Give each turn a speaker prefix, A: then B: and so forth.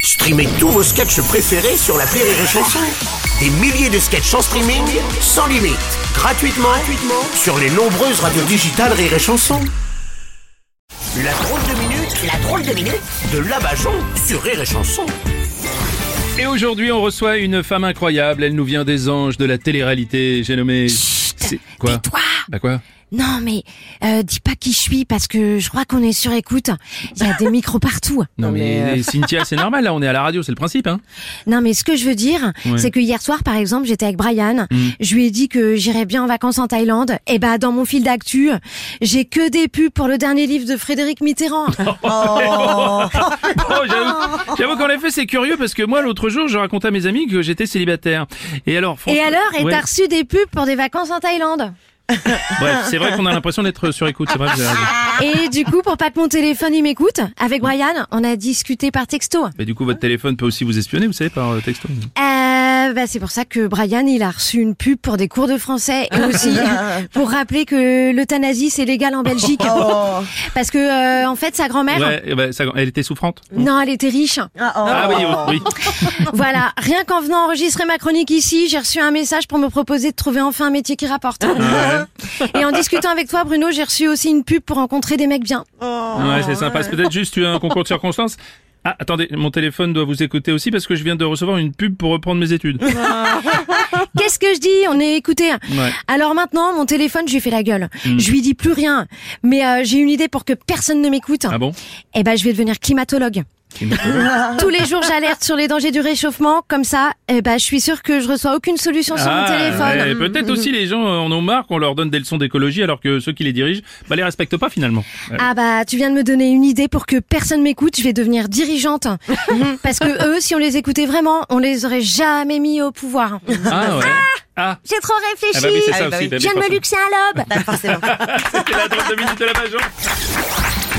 A: Streamez tous vos sketchs préférés sur la Rire et Chanson. Des milliers de sketchs en streaming, sans limite, gratuitement, gratuitement sur les nombreuses radios digitales Rire et Chanson. La drôle de minute, la drôle de minute de Labajon sur Rire et Chanson.
B: Et aujourd'hui, on reçoit une femme incroyable. Elle nous vient des anges de la télé-réalité. J'ai nommé. C'est quoi
C: Tais-toi
B: Bah quoi
C: Non mais euh, dis pas qui je suis parce que je crois qu'on est sur écoute. Il y a des micros partout.
B: Non
C: euh,
B: mais, Cynthia, c'est normal. Là, on est à la radio, c'est le principe. Hein
C: Non mais ce que je veux dire,
B: Ouais. Mm.
C: c'est que hier soir par exemple, j'étais avec Brian, je lui ai dit que j'irais bien en vacances en Thaïlande. Et bah dans mon fil d'actu, j'ai que des pubs pour le dernier livre de Frédéric Mitterrand.
B: Oh, j'avoue- J'avoue qu'en effet, c'est curieux parce que moi, l'autre jour, je racontais à mes amis que j'étais célibataire. Et alors,
C: Et
B: franchement-
C: alors, et
B: Ouais.
C: t'as reçu des pubs pour des vacances en Thaïlande.
B: Bref, c'est vrai qu'on a l'impression d'être sur écoute. C'est vrai. vous avez raison.
C: Et du coup, pour pas que mon téléphone il m'écoute, avec Brian, on a discuté par texto.
B: Mais du coup, votre téléphone peut aussi vous espionner, vous savez, par euh, texto.
C: Euh, bah, c'est pour ça que Brian, il a reçu une pub pour des cours de français et aussi pour rappeler que l'euthanasie, c'est légal en Belgique. Parce que, euh, en fait, sa grand-mère,
B: Ouais, eh ben, ça- elle était souffrante.
C: non, elle était riche.
B: Ah oui, oui. oui.
C: Voilà, rien qu'en venant enregistrer ma chronique ici, j'ai reçu un message pour me proposer de trouver enfin un métier qui rapporte. Ah. Et en discutant avec toi, Bruno, j'ai reçu aussi une pub pour rencontrer des mecs bien.
B: Ouais, c'est sympa. C'est peut-être juste eu un concours de circonstances. Ah, attendez, mon téléphone doit vous écouter aussi parce que je viens de recevoir une pub pour reprendre mes études.
C: Qu'est-ce que je dis On est écouté.
B: Ouais.
C: Alors maintenant, mon téléphone, je lui fais la gueule.
B: Hmm.
C: Je lui dis plus rien. Mais euh, j'ai une idée pour que personne ne m'écoute.
B: Ah bon
C: Eh ben, je vais devenir climatologue. Tous les jours, j'alerte sur les dangers du réchauffement. Comme ça, eh ben, je suis sûre que je reçois aucune solution sur mon
B: Ah,
C: téléphone.
B: ouais, Peut-être aussi les gens euh, en ont marre qu'on leur donne des leçons d'écologie alors que ceux qui les dirigent, bah les respectent pas finalement. Ouais.
C: Ah bah, tu viens de me donner une idée pour que personne m'écoute. Je vais devenir dirigeante. Parce que eux, si on les écoutait vraiment, on les aurait jamais mis au pouvoir.
B: Ah ouais. Ah,
C: J'ai trop
B: ah
C: réfléchi.
B: bah oui, c'est
D: Ah
B: ça
D: bah
B: aussi.
D: oui.
B: bah oui,
C: je viens de
B: forcément.
C: me luxer un lobe.
D: Forcément.
B: hein. C'était la drôle de minute de la Bajon.